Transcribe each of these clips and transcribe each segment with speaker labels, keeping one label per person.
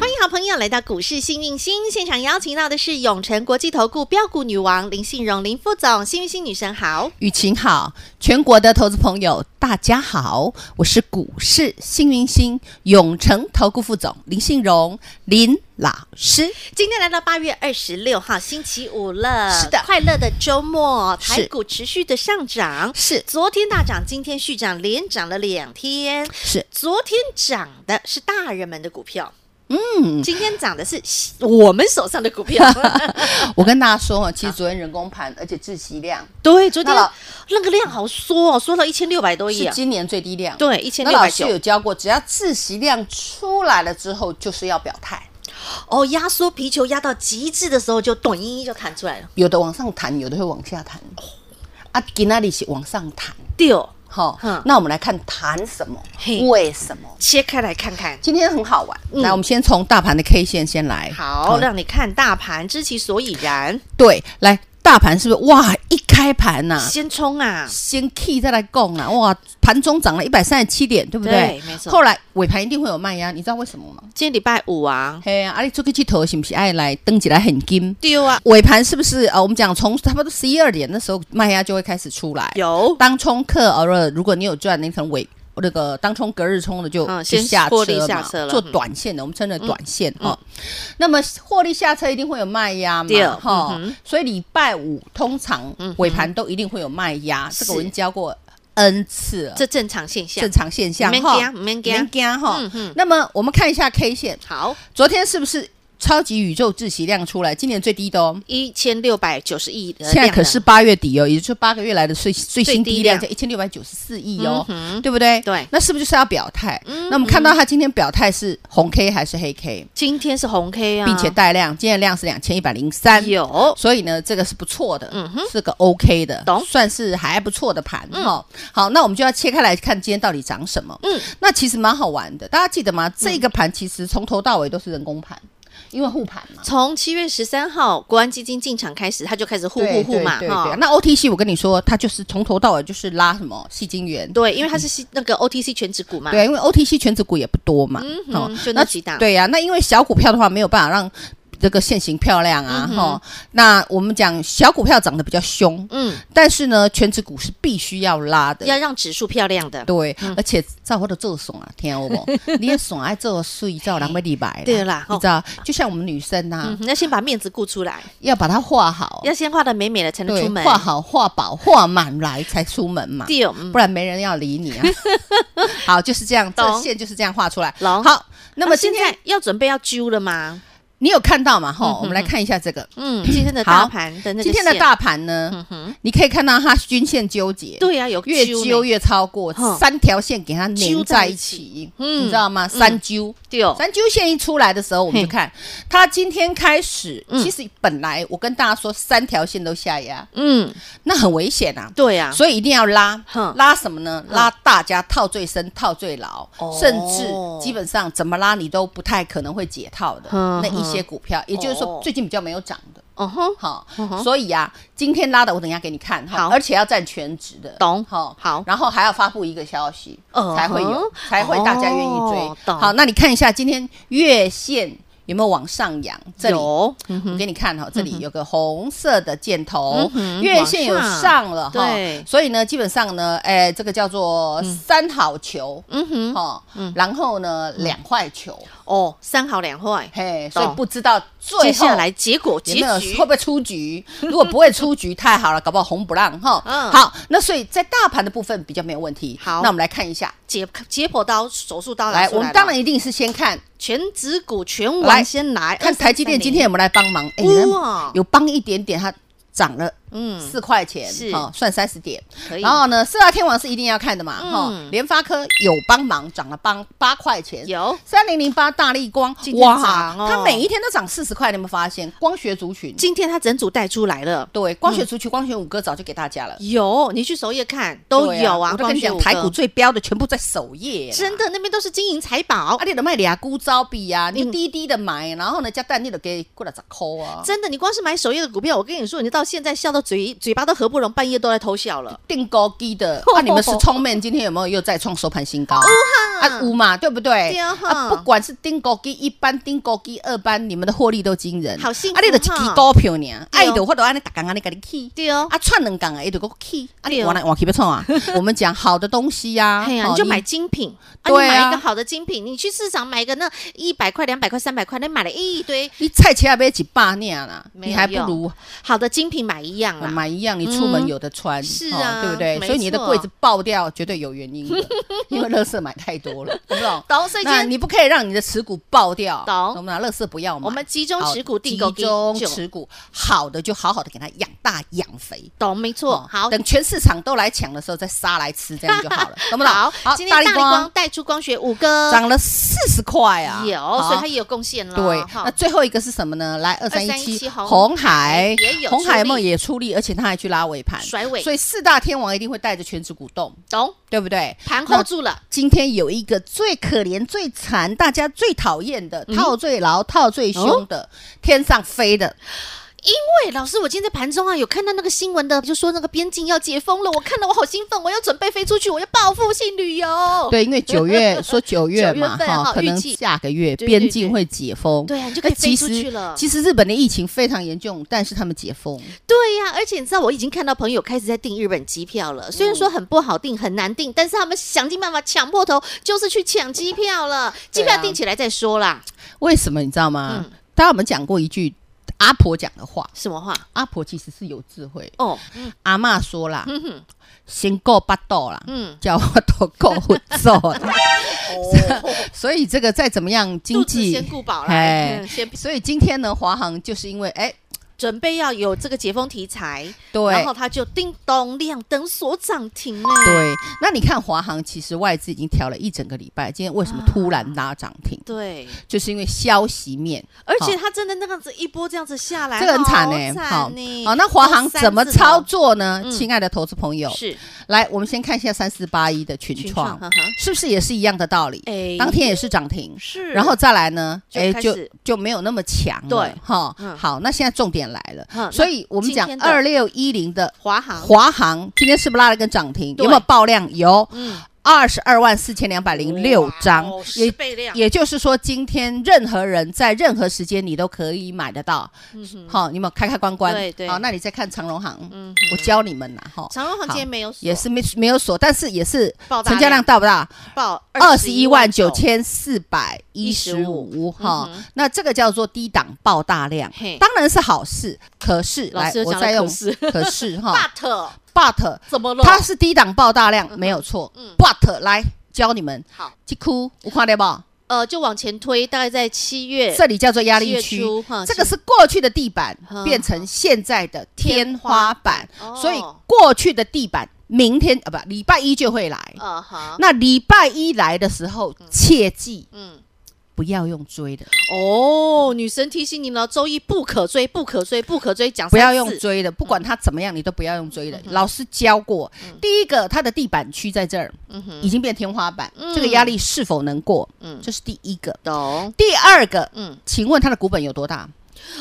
Speaker 1: 欢迎好朋友来到股市幸运星现场，邀请到的是永诚国际投顾标股女王林信荣林副总，幸运星女神好。
Speaker 2: 雨晴好，全国的投资朋友大家好，我是股市幸运星永诚投顾副总林信荣林老师，
Speaker 1: 今天来到八月二十六号星期五了，
Speaker 2: 是的
Speaker 1: 快乐的周末，
Speaker 2: 是
Speaker 1: 台股持续的上涨，
Speaker 2: 是
Speaker 1: 昨天大涨，今天续涨，连涨了两天。
Speaker 2: 是，
Speaker 1: 昨天涨的是大人们的股票，
Speaker 2: 嗯，
Speaker 1: 今天涨的是我们手上的股 票。
Speaker 2: 我跟大家说哦，其实昨天人工盘，而且窒息量
Speaker 1: 对，昨天
Speaker 2: 那老
Speaker 1: 那个量好缩哦，缩了一千六百多亿
Speaker 2: 是
Speaker 1: 啊。
Speaker 2: 今年最低量，，
Speaker 1: 对，一千
Speaker 2: 那
Speaker 1: 六
Speaker 2: 老
Speaker 1: 百
Speaker 2: 师
Speaker 1: 九
Speaker 2: 有教过，只要窒息量出来了之后，就是要表态，
Speaker 1: 哦，压缩皮球压到极致的时候，就咚一就弹出来了。
Speaker 2: 有的往上弹，有的会往下弹，
Speaker 1: 哦
Speaker 2: 啊，今那里是往上弹，
Speaker 1: 丢，
Speaker 2: 好
Speaker 1: 嗯，
Speaker 2: 那我们来看谈什么
Speaker 1: 嘿，
Speaker 2: 为什么？
Speaker 1: 切开来看看。
Speaker 2: 今天很好玩，
Speaker 1: 嗯
Speaker 2: 来，我们先从大盘的 K 线先来。
Speaker 1: 好，
Speaker 2: 嗯
Speaker 1: 让你看大盘知其所以然，
Speaker 2: 对，来，大盘是不是哇？一开盘呐、
Speaker 1: 先冲啊！
Speaker 2: 先 key 再来供啊，哇，盘中涨了一百三十七点，对不对？
Speaker 1: 对没错
Speaker 2: 后来尾盘一定会有卖压，你知道为什么吗？
Speaker 1: 今天礼拜五啊，
Speaker 2: 嘿啊，啊你这个去头是不是爱来登起来很金？
Speaker 1: 丢啊，
Speaker 2: 尾盘是不是呃，我们讲从差不多十一二点那时候卖压就会开始出来，
Speaker 1: 有，
Speaker 2: 当冲客偶尔如果你有赚那层尾。那个当冲隔日冲的就
Speaker 1: 嗯
Speaker 2: 就
Speaker 1: 先
Speaker 2: 下
Speaker 1: 获
Speaker 2: 车
Speaker 1: 利
Speaker 2: 嘛，
Speaker 1: 下车了
Speaker 2: 做
Speaker 1: 嗯
Speaker 2: 短线的，我们称的短线哦。那么获利下车一定会有卖压嘛
Speaker 1: 对，
Speaker 2: 哈
Speaker 1: 嗯哼，
Speaker 2: 所以礼拜五通常
Speaker 1: 嗯哼
Speaker 2: 尾盘都一定会有卖压，这
Speaker 1: 是
Speaker 2: 个我已经教过 N 次了，
Speaker 1: 这正常现象
Speaker 2: 正。常现象
Speaker 1: 不用
Speaker 2: 哈
Speaker 1: 怕，不用怕
Speaker 2: 惊哈
Speaker 1: 嗯哼。
Speaker 2: 那么我们看一下 K 线，
Speaker 1: 好，
Speaker 2: 昨天是不是超级宇宙窒息量出来，今年最低的哦。
Speaker 1: 一千六百九十亿的
Speaker 2: 现在
Speaker 1: 呃量
Speaker 2: 可
Speaker 1: 能
Speaker 2: 是八月底哦，也就是八个月来的最最新低量
Speaker 1: 最
Speaker 2: 就一千六百九十四亿哦，
Speaker 1: 嗯哼
Speaker 2: 对不对？
Speaker 1: 对嗯
Speaker 2: 那是不是就是要表态？那我们看到他今天表态是红 K 还是黑 K，、
Speaker 1: 今天是红 K 啊，
Speaker 2: 并且带量，今天的量是两千一百零三。
Speaker 1: 有
Speaker 2: 所以呢，这个是不错的，
Speaker 1: 嗯哼
Speaker 2: 是个 OK 的，
Speaker 1: 懂
Speaker 2: 算是还不错的盘哈、好，那我们就要切开来看今天到底涨什么。
Speaker 1: 嗯，
Speaker 2: 那其实蛮好玩的，大家记得吗？这个盘其实从头到尾都是人工盘，因为护盘嘛。
Speaker 1: 从七月十三号国安基金进场开始，它就开始护
Speaker 2: 对
Speaker 1: 护护嘛
Speaker 2: 对对对
Speaker 1: 哈。
Speaker 2: 那 OTC 我跟你说，它就是从头到尾就是拉什么细金元。
Speaker 1: 对，因为它是西那个 OTC 全指股嘛，
Speaker 2: 对，因为 OTC 全指股也不多嘛，
Speaker 1: 嗯
Speaker 2: 哦
Speaker 1: 哼，就那几档，
Speaker 2: 对呀、那因为小股票的话没有办法让这个现行漂亮
Speaker 1: 嗯
Speaker 2: 啊，哈、那我们讲小股票涨得比较凶，
Speaker 1: 嗯，
Speaker 2: 但是呢，全指股是必须要拉的。
Speaker 1: 要嗯让指数漂亮的。
Speaker 2: 对，而且照我的做爽啊，听我不？ 你也爽爱做睡，照两个礼拜。
Speaker 1: 对啦
Speaker 2: 你知道，就像我们女生呐、
Speaker 1: 嗯，要先把面子顾出来，要
Speaker 2: 要把它画好，
Speaker 1: 要先画的美美的才能
Speaker 2: 对
Speaker 1: 出，门。
Speaker 2: 画好、画饱、画满来才出门嘛。
Speaker 1: 对，嗯
Speaker 2: 不然没人要 理你啊。好，就是这样，
Speaker 1: 懂
Speaker 2: 这线就是这样画出来。
Speaker 1: 懂
Speaker 2: 好，那么
Speaker 1: 啊
Speaker 2: 今
Speaker 1: 现
Speaker 2: 天
Speaker 1: 在要准备要揪了吗？
Speaker 2: 你有看到嘛？哈，
Speaker 1: 哼
Speaker 2: 我们来看一下这个
Speaker 1: 嗯，今天的
Speaker 2: 好
Speaker 1: 大盘嗯的那个
Speaker 2: 今天的
Speaker 1: 线，嗯
Speaker 2: 大盘呢，
Speaker 1: 哼
Speaker 2: 你可以看到它均线纠结，
Speaker 1: 对啊呀、有
Speaker 2: 越
Speaker 1: 呢
Speaker 2: 揪越超过
Speaker 1: 哼
Speaker 2: 三条线，给它
Speaker 1: 揪
Speaker 2: 粘
Speaker 1: 在
Speaker 2: 在
Speaker 1: 一
Speaker 2: 一
Speaker 1: 起
Speaker 2: 起，
Speaker 1: 嗯
Speaker 2: 你知道吗？三揪。
Speaker 1: 对哦，
Speaker 2: 三揪线一出来的时候，我们就
Speaker 1: 嘿
Speaker 2: 看它今天开始。
Speaker 1: 嗯
Speaker 2: 其实本来我跟大家说三条线都下压，
Speaker 1: 嗯，
Speaker 2: 那很危险啊。
Speaker 1: 对呀、
Speaker 2: 所以一定要拉
Speaker 1: 哼，
Speaker 2: 拉什么呢？拉大家套最深、套最牢
Speaker 1: 哦，
Speaker 2: 甚至基本上怎么拉你都不太可能会解套的
Speaker 1: 嗯
Speaker 2: 那一些股票，也就是
Speaker 1: 哦
Speaker 2: 说最近比较没有涨的。
Speaker 1: 哦哼，
Speaker 2: 好
Speaker 1: 嗯哼，
Speaker 2: 所以啊，今天拉的我等一下给你看哈，
Speaker 1: 好
Speaker 2: 而且要占全值的，
Speaker 1: 懂
Speaker 2: 好，
Speaker 1: 好
Speaker 2: 然后还要发布一个消息
Speaker 1: 嗯哼，
Speaker 2: 才会有，才会大家愿意
Speaker 1: 哦
Speaker 2: 追。
Speaker 1: 懂
Speaker 2: 好，那你看一下今天月线有没有往上扬？这里
Speaker 1: 有，嗯
Speaker 2: 我
Speaker 1: 哼，
Speaker 2: 给你看哈，这里有个红色的箭头
Speaker 1: 嗯，哼
Speaker 2: 月线有上了
Speaker 1: 往
Speaker 2: 哈
Speaker 1: 上对，
Speaker 2: 所以呢，基本上呢，哎，这个叫做三好球
Speaker 1: 嗯哼，
Speaker 2: 哈，然后呢两坏球，
Speaker 1: 哦，三好两坏，
Speaker 2: 嘿，
Speaker 1: 懂
Speaker 2: 所以不知道最后
Speaker 1: 接下来结果结
Speaker 2: 有没有
Speaker 1: 局
Speaker 2: 会不会出局？ 如果不会出局，太好了，搞不好红不让哈。
Speaker 1: 嗯
Speaker 2: 好，那所以在大盘的部分比较没有问题。
Speaker 1: 好
Speaker 2: 那我们来看一下，
Speaker 1: 解解剖刀、手术刀拿
Speaker 2: 来，
Speaker 1: 出来了，
Speaker 2: 我们当然一定是先看
Speaker 1: 全指股全
Speaker 2: 来
Speaker 1: 完先来，
Speaker 2: 看台积电今天有没有来帮忙？哎
Speaker 1: 哇
Speaker 2: 有帮一点点，它涨了
Speaker 1: 嗯
Speaker 2: 四块钱，
Speaker 1: 是
Speaker 2: 好、算三十点。
Speaker 1: 可以，
Speaker 2: 然后呢，四大天王是一定要看的嘛，
Speaker 1: 嗯
Speaker 2: 哈、联发科有帮忙，涨了帮八块钱。
Speaker 1: 有
Speaker 2: 三零零八大力光
Speaker 1: 今，天涨哦
Speaker 2: 它每一天都涨四十块，你有没有发现？光学族群，
Speaker 1: 今嗯天他整组带出来了，
Speaker 2: 对，光学族群，光学五哥早就给大家了，
Speaker 1: 有你去首页看都
Speaker 2: 对
Speaker 1: 有啊，
Speaker 2: 我就跟你讲，
Speaker 1: 光学
Speaker 2: 台
Speaker 1: 五
Speaker 2: 股
Speaker 1: 哥
Speaker 2: 最标的全部在首页，
Speaker 1: 真。的那边都是金银财宝
Speaker 2: 啊，，你的卖俩股招比啊，
Speaker 1: 嗯
Speaker 2: 你就低低的买，然后呢，加蛋你就给过来十块啊，
Speaker 1: 真的，你光是买首页的股票，我跟你说，你到现在笑到嘴嘴巴都合不拢，半夜都在偷笑了。
Speaker 2: 定高 低的。那、你们是聪明，今天有没有又再创收盘新高？啊，五嘛，对不对？
Speaker 1: 对啊
Speaker 2: 啊，不管是定高低一班、定高低二班，你们的获利都惊人。
Speaker 1: 好幸福
Speaker 2: 啊，你就一支股票呢，
Speaker 1: 对哦
Speaker 2: 爱的我都安尼，大工安尼给你起。
Speaker 1: 对哦，
Speaker 2: 啊，串两港啊，也得个起，啊，
Speaker 1: 对
Speaker 2: 你
Speaker 1: 哦
Speaker 2: 往来往去要 创啊。我们讲好的东西呀，
Speaker 1: 哎呀，
Speaker 2: 哦
Speaker 1: 你就买精品，啊，你
Speaker 2: 对
Speaker 1: 买一
Speaker 2: 啊
Speaker 1: 个好的精品，你去市场买个那一百块、两百块、三百块，你买了一堆
Speaker 2: 你菜切啊，买几把那样啦，
Speaker 1: 没有
Speaker 2: 你还不如
Speaker 1: 好的精品买一样啦。
Speaker 2: 买一样，你出门有的穿，
Speaker 1: 是
Speaker 2: 哦
Speaker 1: 啊
Speaker 2: 对不对
Speaker 1: 没？
Speaker 2: 所以你的
Speaker 1: 错
Speaker 2: 柜子爆掉绝对有原 因的，因为乐色买太多了，懂不懂？
Speaker 1: 懂，所以今
Speaker 2: 那
Speaker 1: 天
Speaker 2: 你不可以让你的持股爆掉，
Speaker 1: 懂
Speaker 2: 懂不懂？乐色不要买，
Speaker 1: 我们集中持股定
Speaker 2: 好
Speaker 1: 购
Speaker 2: 集中
Speaker 1: 就
Speaker 2: 持股，好的就好好的给它养大养肥。
Speaker 1: 懂，没错
Speaker 2: 哦。
Speaker 1: 好，
Speaker 2: 等全市场都来抢的时候再杀来吃，这样就好了，懂不懂？
Speaker 1: 好，今天大力光带出光学五哥
Speaker 2: 涨了四十块啊，
Speaker 1: 有，
Speaker 2: 好
Speaker 1: 所以他也有贡献了。
Speaker 2: 对，
Speaker 1: 哈
Speaker 2: 那最后一个是什么呢？来二三一
Speaker 1: 2317
Speaker 2: 七
Speaker 1: 红
Speaker 2: 红海
Speaker 1: 也有，
Speaker 2: 红
Speaker 1: 出力
Speaker 2: 海有没有也出力，而且他还去拉尾盘，
Speaker 1: 甩尾
Speaker 2: 所以四大天王一定会带着全指股动，
Speaker 1: 懂，
Speaker 2: 对不对？
Speaker 1: 盘
Speaker 2: 那
Speaker 1: hold 住了，
Speaker 2: 今天有一个最可怜、最惨、大家最讨厌的、套最牢、套最
Speaker 1: 哦
Speaker 2: 凶的，天上飞的，
Speaker 1: 对，老师，我今天在盘中啊有看到那个新闻的，就说那个边境要解封了，我看到我好兴奋，我要准备飞出去，我要报复性旅游。
Speaker 2: 对，因为九月说九月嘛，
Speaker 1: 哦 九月份哈
Speaker 2: 可能
Speaker 1: 预计
Speaker 2: 下个月
Speaker 1: 对对
Speaker 2: 边境会解封。
Speaker 1: 对啊，你就可
Speaker 2: 那
Speaker 1: 以飞
Speaker 2: 其
Speaker 1: 出
Speaker 2: 实
Speaker 1: 去了。
Speaker 2: 其实日本的疫情非常严重，但是他们解封，
Speaker 1: 对呀、而且你知道，我已经看到朋友开始在订日本机票了。虽然说很不好订，很难订，但是他们想尽办法抢破头，就是去抢机票了。机票订起来再说啦。
Speaker 2: 为什么你知道吗
Speaker 1: 嗯？
Speaker 2: 大家有没有讲过一句阿婆讲的话？
Speaker 1: 什么话？
Speaker 2: 阿婆其实是有智慧的，
Speaker 1: 哦，
Speaker 2: 阿嬷说啦，
Speaker 1: 嗯哼，
Speaker 2: 先够八道啦，
Speaker 1: 嗯，
Speaker 2: 叫我都够做啦。 所以这个再怎么样哦经
Speaker 1: 哦肚子先
Speaker 2: 济，
Speaker 1: 顾 饱了，
Speaker 2: 哎
Speaker 1: 嗯先
Speaker 2: 所以今天呢，华航就是因为哎，
Speaker 1: 准备要有这个解封题材，然
Speaker 2: 对
Speaker 1: 后它就叮咚亮灯锁涨停哎、
Speaker 2: 对，那你看华航其实外资已经调了一整个礼拜，今天为什么突然拉涨停？
Speaker 1: 对，
Speaker 2: 就是因为消息面，
Speaker 1: 而且它真的那样子一波这样子下来，
Speaker 2: 这个很惨呢、
Speaker 1: 哎好惨欸哦呢
Speaker 2: 好，那华航怎么操？作呢
Speaker 1: 嗯？
Speaker 2: 亲爱的投资朋友
Speaker 1: 到，三字头是
Speaker 2: 来，我们先看一下三四八一的群
Speaker 1: 群创，
Speaker 2: 创
Speaker 1: 呵，呵
Speaker 2: 是不是也是一样的道理？
Speaker 1: 哎
Speaker 2: 当天也是涨停，
Speaker 1: 是，
Speaker 2: 然后再来呢，
Speaker 1: 就
Speaker 2: 哎，
Speaker 1: 开
Speaker 2: 就
Speaker 1: 始
Speaker 2: 就没有那么强了，
Speaker 1: 对
Speaker 2: 哈
Speaker 1: 嗯。
Speaker 2: 好，那现在重点来
Speaker 1: 嗯
Speaker 2: 了，所以我们讲
Speaker 1: 今天的
Speaker 2: 二六一零的
Speaker 1: 华航，
Speaker 2: 华航今天是不是拉了一根涨停？
Speaker 1: 对
Speaker 2: 有没有爆量？有，
Speaker 1: 嗯，
Speaker 2: 二十二万四千两百零六张
Speaker 1: 哇哦，十
Speaker 2: 也
Speaker 1: 倍量，
Speaker 2: 也就是说，今天任何人在任何时间你都可以买得到。好，你们开开关关，
Speaker 1: 嗯对对
Speaker 2: 好，那你再看长荣行，
Speaker 1: 嗯
Speaker 2: 我教你们呐，哈，
Speaker 1: 长荣航今天没有锁，
Speaker 2: 也是没没有锁，但是也是
Speaker 1: 爆大
Speaker 2: 成交量大不大？
Speaker 1: 报
Speaker 2: 二十一万九
Speaker 1: 九，
Speaker 2: 千四百一十五哈
Speaker 1: 嗯哼，
Speaker 2: 那这个叫做低档爆大量
Speaker 1: 嘿，
Speaker 2: 当然是好事。可是
Speaker 1: 老
Speaker 2: 来
Speaker 1: 师，又
Speaker 2: 我
Speaker 1: 讲了
Speaker 2: 再用
Speaker 1: 可是
Speaker 2: 可是 哈
Speaker 1: but
Speaker 2: ，but
Speaker 1: 怎么了？
Speaker 2: 它是低档爆
Speaker 1: 嗯
Speaker 2: 大量没有错，but 来教你们
Speaker 1: 好，
Speaker 2: 去哭，我看到不？
Speaker 1: 呃，就往前推，大概在七月
Speaker 2: 这里叫做压
Speaker 1: 七月
Speaker 2: 力区
Speaker 1: 初哈，
Speaker 2: 这个是过去的地板
Speaker 1: 嗯
Speaker 2: 变成现在的天花板
Speaker 1: 天花板，
Speaker 2: 所以
Speaker 1: 哦
Speaker 2: 过去的地板明天啊不礼拜一就会来，
Speaker 1: 呃哈，
Speaker 2: 那礼拜一来的时候切记
Speaker 1: 嗯，
Speaker 2: 不要用追的，
Speaker 1: 哦，女神提醒你了，周一不可追，不可追，不可追，讲
Speaker 2: 不要
Speaker 1: 三嗯
Speaker 2: 用
Speaker 1: 次
Speaker 2: 追的，不管它怎么样你都不要用追的，老师教过，
Speaker 1: 嗯
Speaker 2: 第一个它的地板区在这儿已经变天花板，这个压力是否能过
Speaker 1: 嗯？
Speaker 2: 这是第一个，
Speaker 1: 懂，
Speaker 2: 第二个。
Speaker 1: 嗯，
Speaker 2: 请问它的股本有多大？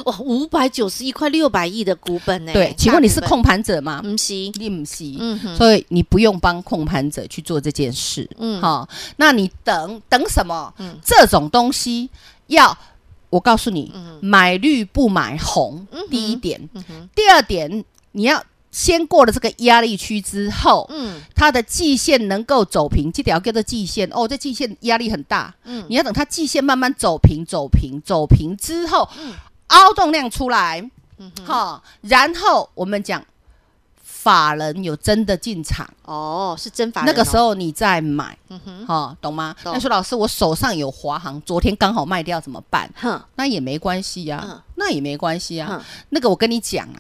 Speaker 1: 哇，五百九十一块六百亿的股本呢？
Speaker 2: 对，请问你是
Speaker 1: 大股本
Speaker 2: 控盘者吗？
Speaker 1: 嗯，是，
Speaker 2: 你不是，
Speaker 1: 嗯哼，
Speaker 2: 所以你不用帮控盘者去做这件事，
Speaker 1: 嗯
Speaker 2: 嗯，好，那你等等什么？
Speaker 1: 嗯
Speaker 2: 这种东西要我告诉你，
Speaker 1: 嗯
Speaker 2: 买绿不买红，
Speaker 1: 嗯哼
Speaker 2: 第一点，
Speaker 1: 嗯哼，
Speaker 2: 第二点，你要先过了这个压力区之后，
Speaker 1: 嗯
Speaker 2: 它的季线能够走平，这条叫做季线哦，这季线压力很大，
Speaker 1: 嗯
Speaker 2: 你要等它季线慢慢走平、走平、走平之后，
Speaker 1: 嗯
Speaker 2: 凹动量出来，好、然后我们讲法人有真的进场，
Speaker 1: 哦，是真法人
Speaker 2: 那
Speaker 1: 哦，
Speaker 2: 个时候你再买，
Speaker 1: 嗯哼，
Speaker 2: 哈、懂吗？
Speaker 1: 懂
Speaker 2: 那说老师，我手上有华航，昨天刚好卖掉怎么办？
Speaker 1: 哼，
Speaker 2: 那也没关系呀、
Speaker 1: 嗯
Speaker 2: 那也没关系呀、
Speaker 1: 嗯
Speaker 2: 那个我跟你讲啊，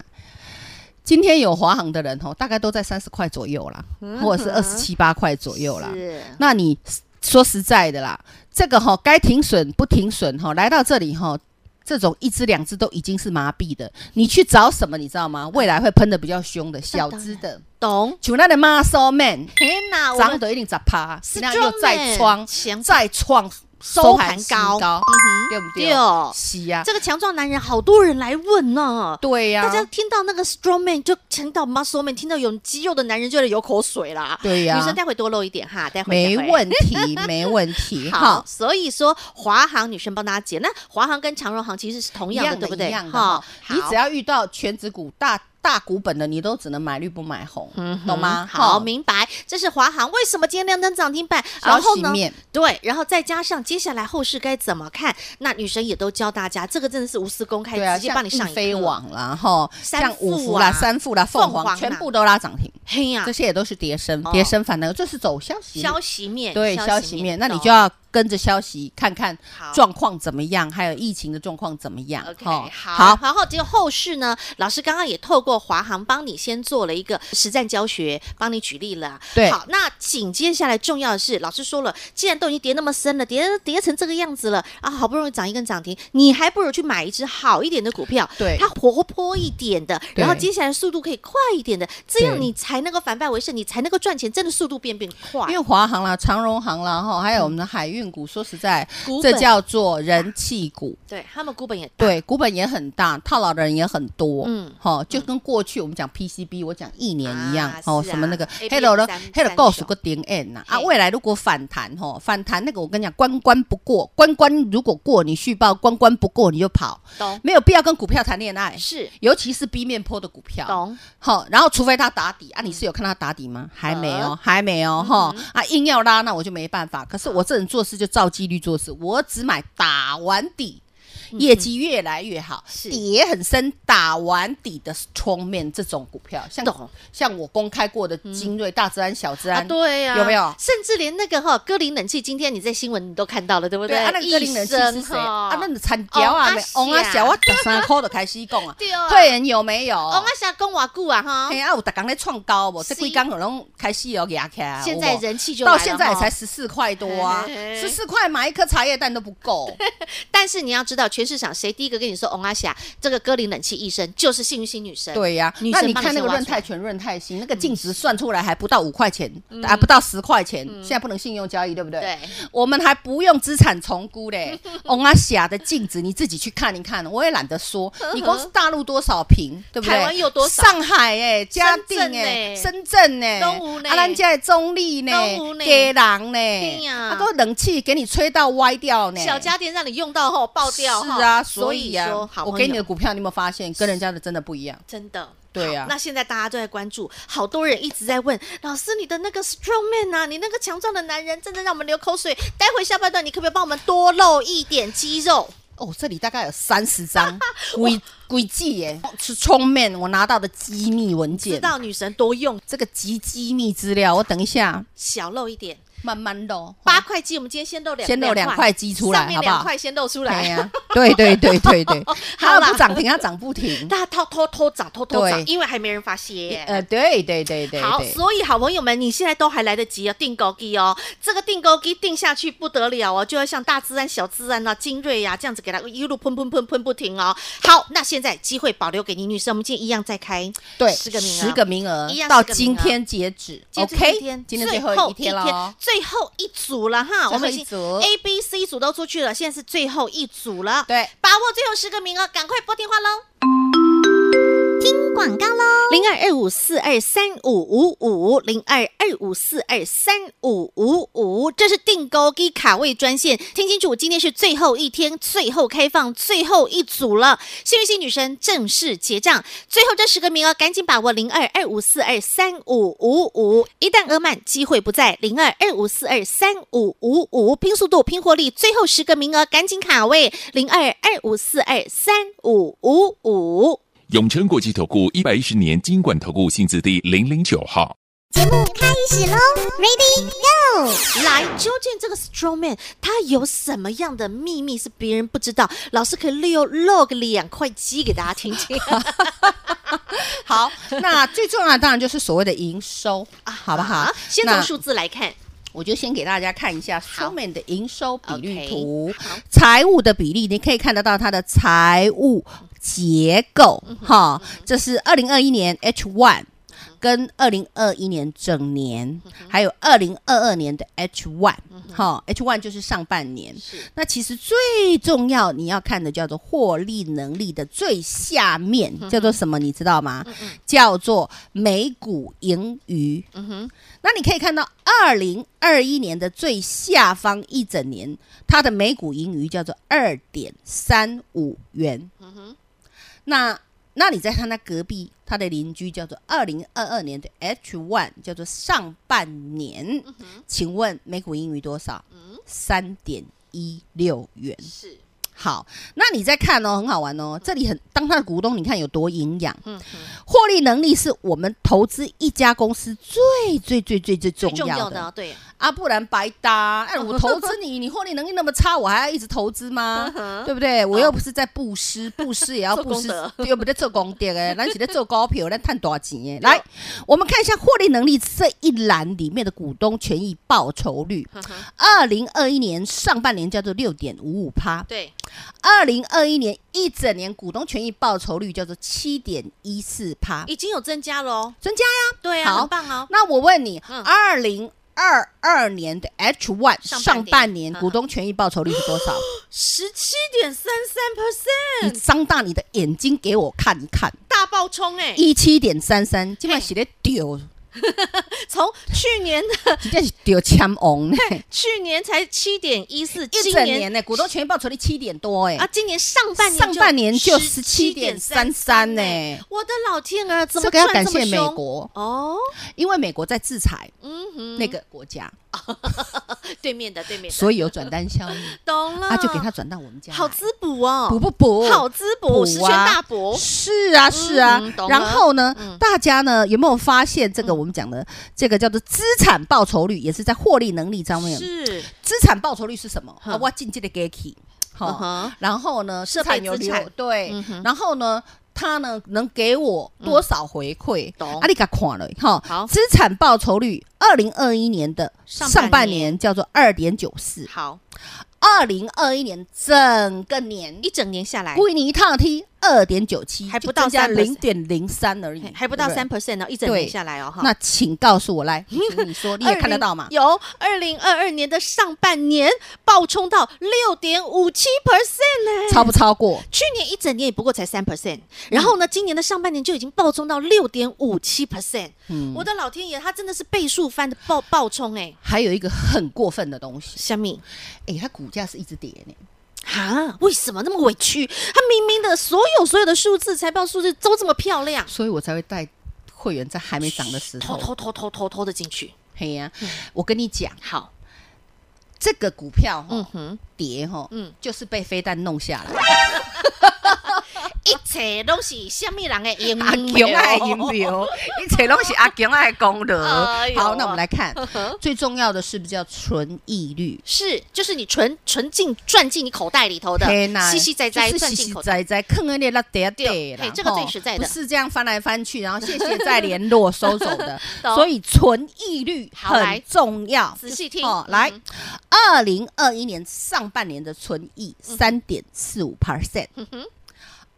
Speaker 2: 今天有华航的人哦，大概都在三十块左右啦，或者是二十七八块左右啦。
Speaker 1: 嗯是
Speaker 2: 那你说实在的啦，这个哈、该停损不停损哈、来到这里哈、这种一只两只都已经是麻痹的，你去找什么你知道
Speaker 1: 嗯
Speaker 2: 吗？未来会喷的比较凶的，小只的，
Speaker 1: 懂？
Speaker 2: 像那的 muscle man，
Speaker 1: 天啊哪，我
Speaker 2: 涨
Speaker 1: 们
Speaker 2: 得一定砸趴，
Speaker 1: 是
Speaker 2: 那又再创
Speaker 1: 强
Speaker 2: 再创
Speaker 1: 收盘
Speaker 2: 新
Speaker 1: 高，嗯
Speaker 2: 对不
Speaker 1: 哼，
Speaker 2: 对
Speaker 1: 对？哦，
Speaker 2: 是啊呀、
Speaker 1: 这个强壮男人好多人来问呢。
Speaker 2: 对啊呀、
Speaker 1: 大家听到那个 strong man 就听到 muscle man，听到有肌肉的男人就得流口水啦。
Speaker 2: 对呀、
Speaker 1: 女生待会多露一点哈，待会
Speaker 2: 没
Speaker 1: 待会
Speaker 2: 问题， 没问题，
Speaker 1: 好，，所以说华航女生帮大家解，那华航跟长荣航其实是同
Speaker 2: 一
Speaker 1: 样
Speaker 2: 样
Speaker 1: 的，对
Speaker 2: 的，
Speaker 1: 不
Speaker 2: 一
Speaker 1: 对？
Speaker 2: 样的哈。你只
Speaker 1: 要
Speaker 2: 要遇到全指股大大股本的，你都只能买绿不买红，懂吗？
Speaker 1: 嗯好，
Speaker 2: 哈
Speaker 1: 明白。这是华航为什么今天亮灯涨停板？
Speaker 2: 消
Speaker 1: 然后
Speaker 2: 息
Speaker 1: 呢？
Speaker 2: 面，
Speaker 1: 对，然后再加上接下来后市该怎么看，那女神也都教大家，这个真的是无私公开，
Speaker 2: 对啊，
Speaker 1: 直接帮
Speaker 2: 像
Speaker 1: 你
Speaker 2: 易
Speaker 1: 上一
Speaker 2: 飞
Speaker 1: 课。
Speaker 2: 网啦，哈，
Speaker 1: 三
Speaker 2: 像五
Speaker 1: 富
Speaker 2: 福啦、
Speaker 1: 啊
Speaker 2: 三富啦、凤
Speaker 1: 凤凰
Speaker 2: 凰，
Speaker 1: 啦
Speaker 2: 全部都拉涨停，
Speaker 1: 嘿呀
Speaker 2: 这，些也都是跌升
Speaker 1: 哦，
Speaker 2: 跌升反弹，这是走消息面，
Speaker 1: 消息面，
Speaker 2: 对消息面，那你
Speaker 1: 懂
Speaker 2: 就要跟着消息看看
Speaker 1: 好
Speaker 2: 状况怎么样，还有疫情的状况怎么样，
Speaker 1: OK，
Speaker 2: 哈
Speaker 1: 好，
Speaker 2: 好，
Speaker 1: 然后这个后市呢，老师刚刚也透过华航帮你先做了一个实战教学，帮你举例了。啊
Speaker 2: 对
Speaker 1: 好，那紧接下来重要的是，老师说了，既然都已经跌那么深了，跌跌成这个样子了啊，好不容易涨一根涨停，你还不如去买一只好一点的股票，
Speaker 2: 对
Speaker 1: 它活泼一点的，
Speaker 2: 对
Speaker 1: 然后接下来速度可以快一点的，这样
Speaker 2: 对
Speaker 1: 你才能够反败为胜，你才能够赚钱，真的速度变变快
Speaker 2: 因。为华航啦、长荣航啦，哈，还有我们的海运股，说实在
Speaker 1: 股，
Speaker 2: 这
Speaker 1: 本
Speaker 2: 叫做人气股。
Speaker 1: 对他们股本也大，
Speaker 2: 对，股本也很大，套牢的人也很多，
Speaker 1: 嗯
Speaker 2: 嗯，好、就跟过去我们讲 PCB，我讲一年一样，
Speaker 1: 啊
Speaker 2: 哦，
Speaker 1: 是啊
Speaker 2: 什么那个
Speaker 1: ABM
Speaker 2: ，Hello 呢
Speaker 1: 三
Speaker 2: ，Hello
Speaker 1: 三
Speaker 2: g o
Speaker 1: 手
Speaker 2: s 个点 N 呐，啊，
Speaker 1: 嘿
Speaker 2: 未来如果反弹，吼、反弹那个我跟你讲，关关不过，关关如果过你续报，关关不过你就跑，
Speaker 1: 懂
Speaker 2: 没有必要跟股票谈恋爱，
Speaker 1: 是
Speaker 2: 尤其是 B 面坡的股票，
Speaker 1: 懂
Speaker 2: 好，然后除非它打底啊，你
Speaker 1: 嗯
Speaker 2: 是有看它打底吗？还没
Speaker 1: 呃
Speaker 2: 哦，还没哦，哈啊，硬要拉那我就没办法。可是我这人做事就照纪律做事，我只买打完底，业绩越来越好，
Speaker 1: 嗯是
Speaker 2: 底也很深，打完底的 strong man 这种股票，像
Speaker 1: 懂
Speaker 2: 像我公开过的精锐、大自然、小自
Speaker 1: 啊，
Speaker 2: 然，
Speaker 1: 对呀、
Speaker 2: 有没有？
Speaker 1: 甚至连那个哈歌林冷气，今天你在新闻你都看到了，对不
Speaker 2: 对啊，那个
Speaker 1: 医
Speaker 2: 歌林人气是
Speaker 1: 生
Speaker 2: 谁
Speaker 1: 哈哦
Speaker 2: 啊？那你惨条啊，
Speaker 1: 王阿
Speaker 2: 没王阿
Speaker 1: 霞
Speaker 2: 小，我十三块就开始讲啊
Speaker 1: ，对啊
Speaker 2: 会员有没有？
Speaker 1: 哦，我想讲瓦固啊哈
Speaker 2: 哎，呀，啊有逐工咧创高无，这
Speaker 1: 是
Speaker 2: 几工有拢开始有压起来，
Speaker 1: 现在
Speaker 2: 有无
Speaker 1: 人气就
Speaker 2: 到
Speaker 1: 来了
Speaker 2: 现在也
Speaker 1: 哈
Speaker 2: 才十四块多啊，
Speaker 1: 嘿嘿嘿
Speaker 2: 十四块买一颗茶叶蛋都不够。
Speaker 1: 但是你要知道，全市场谁第一个跟你说哦，阿霞这个歌林冷气医生就是幸运星女神，
Speaker 2: 对呀、
Speaker 1: 女
Speaker 2: 那
Speaker 1: 神
Speaker 2: 你
Speaker 1: 帮
Speaker 2: 看那
Speaker 1: 先
Speaker 2: 个
Speaker 1: 挖
Speaker 2: 润
Speaker 1: 出来
Speaker 2: 泰全、润泰新，那个净值算出来还不到五块钱，还不到十块钱，现在不能信用交易，对不对？
Speaker 1: 嗯对，
Speaker 2: 我们还不用资产重估 嘞。翁阿霞的净值你自己去看一看，我也懒得说。 你光是大陆多少平，对不对？
Speaker 1: 台湾有多少
Speaker 2: 上海哎，嘉定哎，
Speaker 1: 深
Speaker 2: 深圳哎，
Speaker 1: 东吴呢
Speaker 2: 啊，咱家的中立呢
Speaker 1: 东吴，呢对
Speaker 2: 给人呢，
Speaker 1: 呀
Speaker 2: 啊，个冷气给你吹到歪掉呢。
Speaker 1: 小家电让你用到后爆掉
Speaker 2: 是
Speaker 1: 哈，
Speaker 2: 啊，所以啊
Speaker 1: 说，好
Speaker 2: 我
Speaker 1: 朋
Speaker 2: 给你
Speaker 1: 友
Speaker 2: 的股票，你有没有发现跟人家的真的不一样？
Speaker 1: 真的。
Speaker 2: 对啊
Speaker 1: 好那现在大家都在关注，好多人一直在问老师，你的那个 strong man 啊，你那个强壮的男人，真的让我们流口水。待会下半段，你可不可以帮我们多露一点肌肉？
Speaker 2: 哦，这里大概有三 十张轨轨迹耶，是充面我拿到的机密文
Speaker 1: 知
Speaker 2: 件，
Speaker 1: 道女神多用，
Speaker 2: 这个极机密资料，我等一下
Speaker 1: 小露一点。
Speaker 2: 慢慢露。
Speaker 1: 八块鸡，我们今天先露两，
Speaker 2: 嗯先露两块鸡出来
Speaker 1: 上面
Speaker 2: 好不好
Speaker 1: 两块先露出
Speaker 2: 对
Speaker 1: 来。
Speaker 2: 呀，对对对对 对，
Speaker 1: 好
Speaker 2: 它
Speaker 1: 啦
Speaker 2: 不涨停，它涨不 停。
Speaker 1: 大家偷偷偷涨，偷偷涨
Speaker 2: 对，
Speaker 1: 因为还没人发现。
Speaker 2: 呃，对对对对
Speaker 1: 好，
Speaker 2: 对，
Speaker 1: 所以好朋友们，你现在都还来得及哦，订购机哦，这个订购机订下去不得了哦，就要像大自然、小自然啊、精锐呀、啊、这样子给它一路喷喷喷喷不停哦。好，那现在机会保留给你，女生，我们今天一样再开
Speaker 2: 对
Speaker 1: 十个名额，
Speaker 2: 十个名额
Speaker 1: 一样
Speaker 2: 到
Speaker 1: 十个名额
Speaker 2: 今天截止
Speaker 1: 今天
Speaker 2: ，OK，
Speaker 1: 最后一天
Speaker 2: 今天
Speaker 1: 最
Speaker 2: 最
Speaker 1: 后
Speaker 2: 后
Speaker 1: 一
Speaker 2: 一天了。哦
Speaker 1: 最后一组了哈，我们已经
Speaker 2: 最后一组
Speaker 1: A、B、C 组都出去了，现在是最后一组了，
Speaker 2: 对，
Speaker 1: 把握最后十个名额，赶快拨电话喽。
Speaker 3: 广告喽。
Speaker 1: 零二二五四二三五五五，零二二五四二三五五五，这是订购给卡位专线。听清楚，今天是最后一天，最后开放，最后一组了。幸运星女神正式结账，最后这十个名额赶紧把握零二二五四二三五五五，一旦额满，机会不在。零二二五四二三五五五，拼速度，拼活力，最后十个名额赶紧卡位，零二二五四二三五五五。
Speaker 4: 永诚国际投顾一百一十年金管投顾性质第零零九号。
Speaker 3: 节目开始喽，Ready Go！
Speaker 1: 来，究竟这个 strong man 他有什么样的秘密是别人不知道？老师可以利用 log 两块鸡给大家听
Speaker 2: 啊
Speaker 1: 听。
Speaker 2: 好，那最重要的当然就是所谓的营收啊，好不好？
Speaker 1: 先
Speaker 2: 那
Speaker 1: 从数字来看，
Speaker 2: 我就先给大家看一下 s
Speaker 1: 好
Speaker 2: h m a n 的营收比率
Speaker 1: OK，
Speaker 2: 图
Speaker 1: 好，
Speaker 2: 财务的比例，你可以看得到它的财务结构
Speaker 1: 嗯
Speaker 2: 哈。这是二零二一年 H one 跟二零二一年整年，
Speaker 1: 嗯
Speaker 2: 还有二零二二年的 H one 哈，H one 就是上半年。那其实最重要你要看的叫做获利能力的最下
Speaker 1: 嗯
Speaker 2: 面叫做什么？你知道吗？叫做每股盈余。那你可以看到，二零二一年的最下方一整年，它的每股盈余叫做二点三五元。那那你再看它隔壁，它的邻居叫做二零二二年的 H one，叫做上半年，请问每股盈余多少？三点一六元。
Speaker 1: 是
Speaker 2: 好，那你再看哦，很好玩
Speaker 1: 嗯
Speaker 2: 哦。这里很，当他的股东，你看有多营养。获利能力是我们投资一家公司最最最最
Speaker 1: 最
Speaker 2: 最重
Speaker 1: 重
Speaker 2: 要
Speaker 1: 要
Speaker 2: 的
Speaker 1: 的，对，
Speaker 2: 啊，不然白搭。 哎，我投资你，你获利能力那么差，我还要一直投资 吗？
Speaker 1: 嗯
Speaker 2: 对不对？我又不是在布施，布施也要
Speaker 1: 哦做
Speaker 2: 布
Speaker 1: 功
Speaker 2: 施
Speaker 1: 德，
Speaker 2: 又不在做功德 哎，咱是在做高票，咱探多少钱哎？来，我们看一下获利能力这一栏里面的股东权益报酬率，
Speaker 1: 嗯
Speaker 2: 二零二一年上半年叫做六点五五趴，
Speaker 1: 对，
Speaker 2: 二零二一年一整年股东权益报酬率叫做七点一四趴，
Speaker 1: 已经有增加了哦，
Speaker 2: 增加呀。
Speaker 1: 对啊，
Speaker 2: 好
Speaker 1: 很棒哦，
Speaker 2: 那我问你
Speaker 1: 嗯，
Speaker 2: 二零二二年的 H one
Speaker 1: 上半年
Speaker 2: 上半年
Speaker 1: 嗯
Speaker 2: 股东权益报酬率是多少？
Speaker 1: 十七点三三 percent，
Speaker 2: 你张大你的眼睛给我看一看，
Speaker 1: 大爆冲哎，
Speaker 2: 一七点三三，今晚写的丢，
Speaker 1: 从去年的
Speaker 2: 直接是丢签王呢。
Speaker 1: 去年才七点一四，
Speaker 2: 一
Speaker 1: 今
Speaker 2: 整年呢，股东权益报酬率七点多哎
Speaker 1: 啊，，今年上半年
Speaker 2: 上半年就
Speaker 1: 17.33
Speaker 2: 17.33呢
Speaker 1: 哎我的老天儿，怎么
Speaker 2: 哎这个要
Speaker 1: 赚
Speaker 2: 感
Speaker 1: 这么
Speaker 2: 谢美
Speaker 1: 凶
Speaker 2: 国，
Speaker 1: 哦，
Speaker 2: 因为美国在制裁
Speaker 1: 嗯哼，
Speaker 2: 那个国家，
Speaker 1: 对面的对面的，
Speaker 2: 所以有转单效 应，
Speaker 1: 懂了，
Speaker 2: 那就给他转到我们家来，
Speaker 1: 啊好滋补哦，
Speaker 2: 补不补？啊
Speaker 1: 好滋补，十全大补，
Speaker 2: 是啊，是啊。
Speaker 1: 嗯懂了
Speaker 2: 然后呢，
Speaker 1: 嗯
Speaker 2: 大家呢有没有发现这个我们讲的、这个叫做资产报酬率，也是在获利能力上面。
Speaker 1: 是
Speaker 2: 资产报酬率是什么？
Speaker 1: 哼
Speaker 2: 啊，我进阶的 Gaki，
Speaker 1: 嗯
Speaker 2: 好，
Speaker 1: 哼
Speaker 2: 然后呢，
Speaker 1: 设
Speaker 2: 资
Speaker 1: 备
Speaker 2: 产有
Speaker 1: 资
Speaker 2: 流
Speaker 1: 产
Speaker 2: 对，
Speaker 1: 嗯哼
Speaker 2: 然后呢，它呢能给我多少回馈？
Speaker 1: 嗯懂
Speaker 2: 啊，你给看了哈。
Speaker 1: 好
Speaker 2: 资产报酬率，二零二一年的
Speaker 1: 上半
Speaker 2: 上半
Speaker 1: 年
Speaker 2: 年叫做二点九四，
Speaker 1: 好，
Speaker 2: 二零二一年整个年
Speaker 1: 一整年下来
Speaker 2: 归你一趟踢二点九七，
Speaker 1: 哎还不到
Speaker 2: 零点零三而已
Speaker 1: 嘿，还不到
Speaker 2: 对
Speaker 1: 三
Speaker 2: 对。
Speaker 1: percent 哦，一整
Speaker 2: 对
Speaker 1: 年下来哦哈。
Speaker 2: 那请告诉 我来，请你说你也看得到嘛
Speaker 1: 20？有二零二二年的上半年暴冲到六点五七 percent 呢，
Speaker 2: 超不超过？
Speaker 1: 去年一整年也不过才三 percent，然
Speaker 2: 嗯
Speaker 1: 后呢，今年的上半年就已经暴冲到六点五七 percent，我
Speaker 2: 嗯
Speaker 1: 的老天爷，它真的是倍数翻的暴暴冲哎！
Speaker 2: 还有一个很过分的东西，
Speaker 1: 虾米
Speaker 2: 哎，它股价是一直跌呢。
Speaker 1: 啊？为什么那么委屈？它明明的所有所有的数字、财报数字都这么漂亮，
Speaker 2: 所以我才会带会员在还没涨的时
Speaker 1: 偷
Speaker 2: 候。
Speaker 1: 偷偷偷偷偷的进去。
Speaker 2: 嘿呀，
Speaker 1: 嗯
Speaker 2: 我跟你讲，
Speaker 1: 好，
Speaker 2: 这个股票
Speaker 1: 嗯
Speaker 2: 哈
Speaker 1: 哼，
Speaker 2: 跌哈
Speaker 1: 嗯，
Speaker 2: 就是被飞弹弄下来。
Speaker 1: 一切都是虾米人啊的阴谋。
Speaker 2: 阿强爱引 流，一切拢是阿强爱功德
Speaker 1: 哎。呦
Speaker 2: 好，那我们来看，最重要的是不是叫纯益率？
Speaker 1: 是，就是你纯纯进赚进你口袋里头的
Speaker 2: 嘿，呐
Speaker 1: 细细仔仔
Speaker 2: 就是
Speaker 1: 赚
Speaker 2: 细
Speaker 1: 进
Speaker 2: 细
Speaker 1: 口袋。
Speaker 2: 仔仔，坑个那那叠
Speaker 1: 对
Speaker 2: 叠啦
Speaker 1: 嘿，这个最
Speaker 2: 吼
Speaker 1: 实在的
Speaker 2: 不是这样翻来翻去，然后谢谢再联络 收走的，
Speaker 1: 懂
Speaker 2: 所以存益率
Speaker 1: 好来
Speaker 2: 很重要。
Speaker 1: 仔细听
Speaker 2: 哦，来
Speaker 1: 嗯，
Speaker 2: 二零二一年上半年的存益
Speaker 1: 嗯
Speaker 2: 三点四五 percent。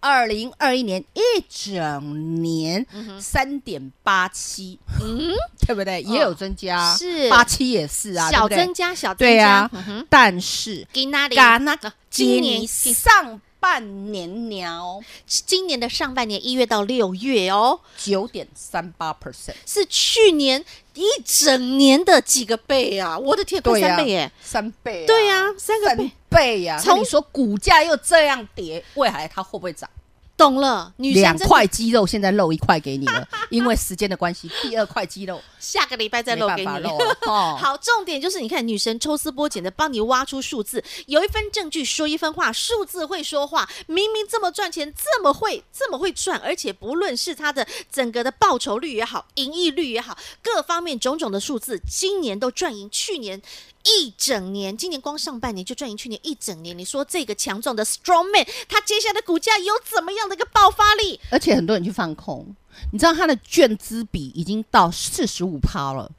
Speaker 2: 二零二一年一整年
Speaker 1: 嗯
Speaker 2: 三点八七， 对不对？也有增加，
Speaker 1: 哦是
Speaker 2: 八七也是啊，对
Speaker 1: 小
Speaker 2: 不对
Speaker 1: 增加，小增加。
Speaker 2: 对啊
Speaker 1: 嗯哼，
Speaker 2: 但是
Speaker 1: 今哪里？
Speaker 2: 嘎那
Speaker 1: 啊今
Speaker 2: 今
Speaker 1: 年
Speaker 2: 年上半年鸟
Speaker 1: 今年的上半年一月到六月哦，
Speaker 2: 九点三八 percent，
Speaker 1: 是去年一整年的几个倍啊！我的天，快三倍耶！
Speaker 2: 三倍啊，
Speaker 1: 对啊三个倍
Speaker 2: 三倍呀、啊。
Speaker 1: 从
Speaker 2: 那你说股价又这样跌，未来它会不会涨？
Speaker 1: 懂了，女生
Speaker 2: 两
Speaker 1: 真的
Speaker 2: 块肌肉现在露一块给你 了，因为时间的关系，第二块肌肉
Speaker 1: 下个礼拜再
Speaker 2: 没
Speaker 1: 露
Speaker 2: 办
Speaker 1: 给
Speaker 2: 法
Speaker 1: 你。
Speaker 2: 露了。哦，
Speaker 1: 好，重点就是你看，女神抽丝剥茧的帮你挖出数字，有一分证据说一分话，数字会说话。明明这么赚钱，这么会，这么会赚，而且不论是它的整个的报酬率也好，盈利率也好，各方面种种的数字，今年都赚赢去年。一整年，今年光上半年就赚赢去年一整年。你说这个强壮的 strong man，他接下来的股价有怎么样的一个爆发力？
Speaker 2: 而且很多人去放空，你知道他的券资比已经到四十五趴了。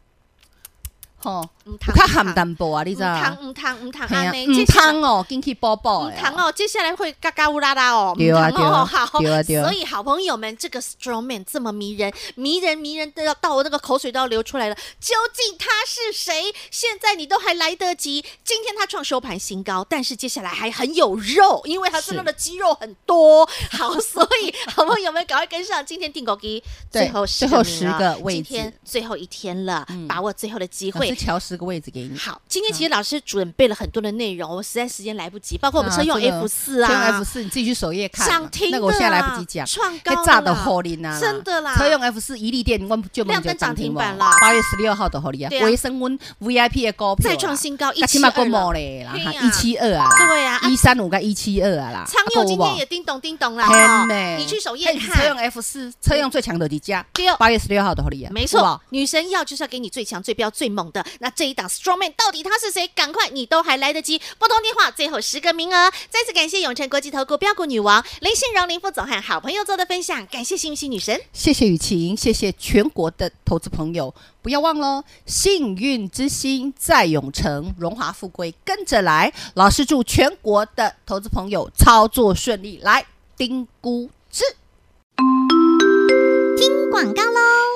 Speaker 2: 哦，
Speaker 1: 嗯，
Speaker 2: 我
Speaker 1: 汤
Speaker 2: 看含淡薄啊，你
Speaker 1: 嗯
Speaker 2: 知道
Speaker 1: 汤
Speaker 2: 吗？
Speaker 1: 嗯汤嗯汤，
Speaker 2: 哎呀
Speaker 1: 安内
Speaker 2: 唔汤哦，进去包包
Speaker 1: 嗯，
Speaker 2: 哎
Speaker 1: 糖
Speaker 2: 呀。
Speaker 1: 哦，接下来会嘎嘎乌拉拉哦，
Speaker 2: 对啊
Speaker 1: 嗯糖哦，
Speaker 2: 对啊
Speaker 1: 好，
Speaker 2: 对啊对啊
Speaker 1: 所以好朋友们，这个 strongman 这么迷人，迷人迷人都要到我那个口水都要流出来了。究竟他是谁？现在你都还来得及。今天他创收盘新高，但是接下来还很有肉，因为他身上的肌肉很多。好，所以好朋友们赶快跟上今天定狗机
Speaker 2: 对
Speaker 1: 最后十
Speaker 2: 最后
Speaker 1: 名了
Speaker 2: 10个位置
Speaker 1: 今天最后一天了，把握最后的机
Speaker 2: 老
Speaker 1: 会
Speaker 2: 师。调十个位置给你，
Speaker 1: 好，今天其
Speaker 2: 嗯
Speaker 1: 实老师准备了很多的内容，我实在时间来不及，包括我们车用
Speaker 2: 啊这个
Speaker 1: F 四啊，
Speaker 2: 车用 F 四你自己去首页看嘛，啊
Speaker 1: 想听的
Speaker 2: 那
Speaker 1: 啦
Speaker 2: 个我现在来不及讲，
Speaker 1: 创高
Speaker 2: 那炸
Speaker 1: 的
Speaker 2: 的
Speaker 1: 啦
Speaker 2: 火力啊，
Speaker 1: 真的啦
Speaker 2: 车用 F 四一利店，我们就
Speaker 1: 亮
Speaker 2: 们
Speaker 1: 灯
Speaker 2: 就
Speaker 1: 涨
Speaker 2: 涨
Speaker 1: 停
Speaker 2: 停
Speaker 1: 板
Speaker 2: 板
Speaker 1: 啦
Speaker 2: 啦，八月十六号的火力啊
Speaker 1: 对，啊
Speaker 2: 维生温 VIP 的高票啦啊
Speaker 1: 再创新高
Speaker 2: 那起码够
Speaker 1: 172了
Speaker 2: 毛嘞啦，
Speaker 1: 对呀
Speaker 2: 一七二啊，
Speaker 1: 对呀啊
Speaker 2: 一三五跟一七二啊啦，
Speaker 1: 苍
Speaker 2: 还
Speaker 1: 佑
Speaker 2: 有
Speaker 1: 今
Speaker 2: 无
Speaker 1: 天也叮咚叮咚了
Speaker 2: 天
Speaker 1: 哦
Speaker 2: 美，，
Speaker 1: 你去首页
Speaker 2: 嘿哎车用
Speaker 1: 看。
Speaker 2: F 四，车用最强的几家
Speaker 1: 对哦，
Speaker 2: 八月十六号的火力啊，
Speaker 1: 没
Speaker 2: 有无
Speaker 1: 错，女神要就是要给你最强、最彪、最猛的。那这一档 Strongman 到底他是谁？赶快，你都还来得及拨通电话，最后十个名额。再次感谢永诚国际投顾标股女王林信荣林副总和好朋友做的分享，感谢幸运星女神。
Speaker 2: 谢谢雨晴，谢谢全国的投资朋友，不要忘喽！幸运之星在永城，荣华富贵跟着来。老师祝全国的投资朋友操作顺利，来丁估值。
Speaker 1: 广告喽，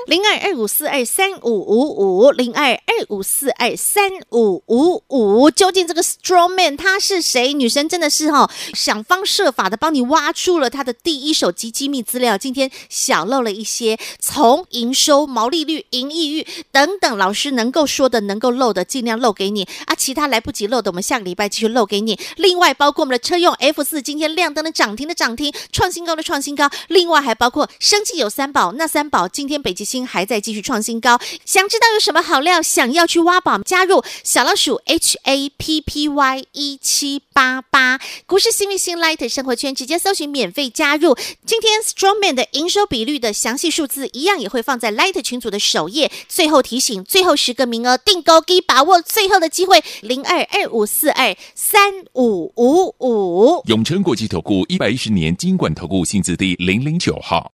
Speaker 1: 零二二五四二三五五五，零二二五四二三五五五。究竟这个 strongman 他是谁？女神真的是哈、哦，想方设法的帮你挖出了他的第一手及机密资料。今天小漏了一些，从营收、毛利率、盈利率等等，老师能够说的、能够漏的，尽量漏给你啊。其他来不及漏的，我们下个礼拜继续漏给你。另外，包括我们的车用 F 四，今天亮灯的涨停的涨停，创新高的创新高。另外还包括生技有三宝，那三宝今天北极星还在继续创新高。想知道有什么好料，想要去挖宝，加入小老鼠 H A P P Y 一七八八股市新明星 Light 生活圈，直接搜寻免费加入。今天 Strongman 的营收比率的详细数字，一样也会放在 Light 群组的首页。最后提醒，最后十个名额定高低，把握最后的机会，零二二五四二三五五五。
Speaker 4: 永诚国际投顾一百一十年金管投顾性质第零零九号。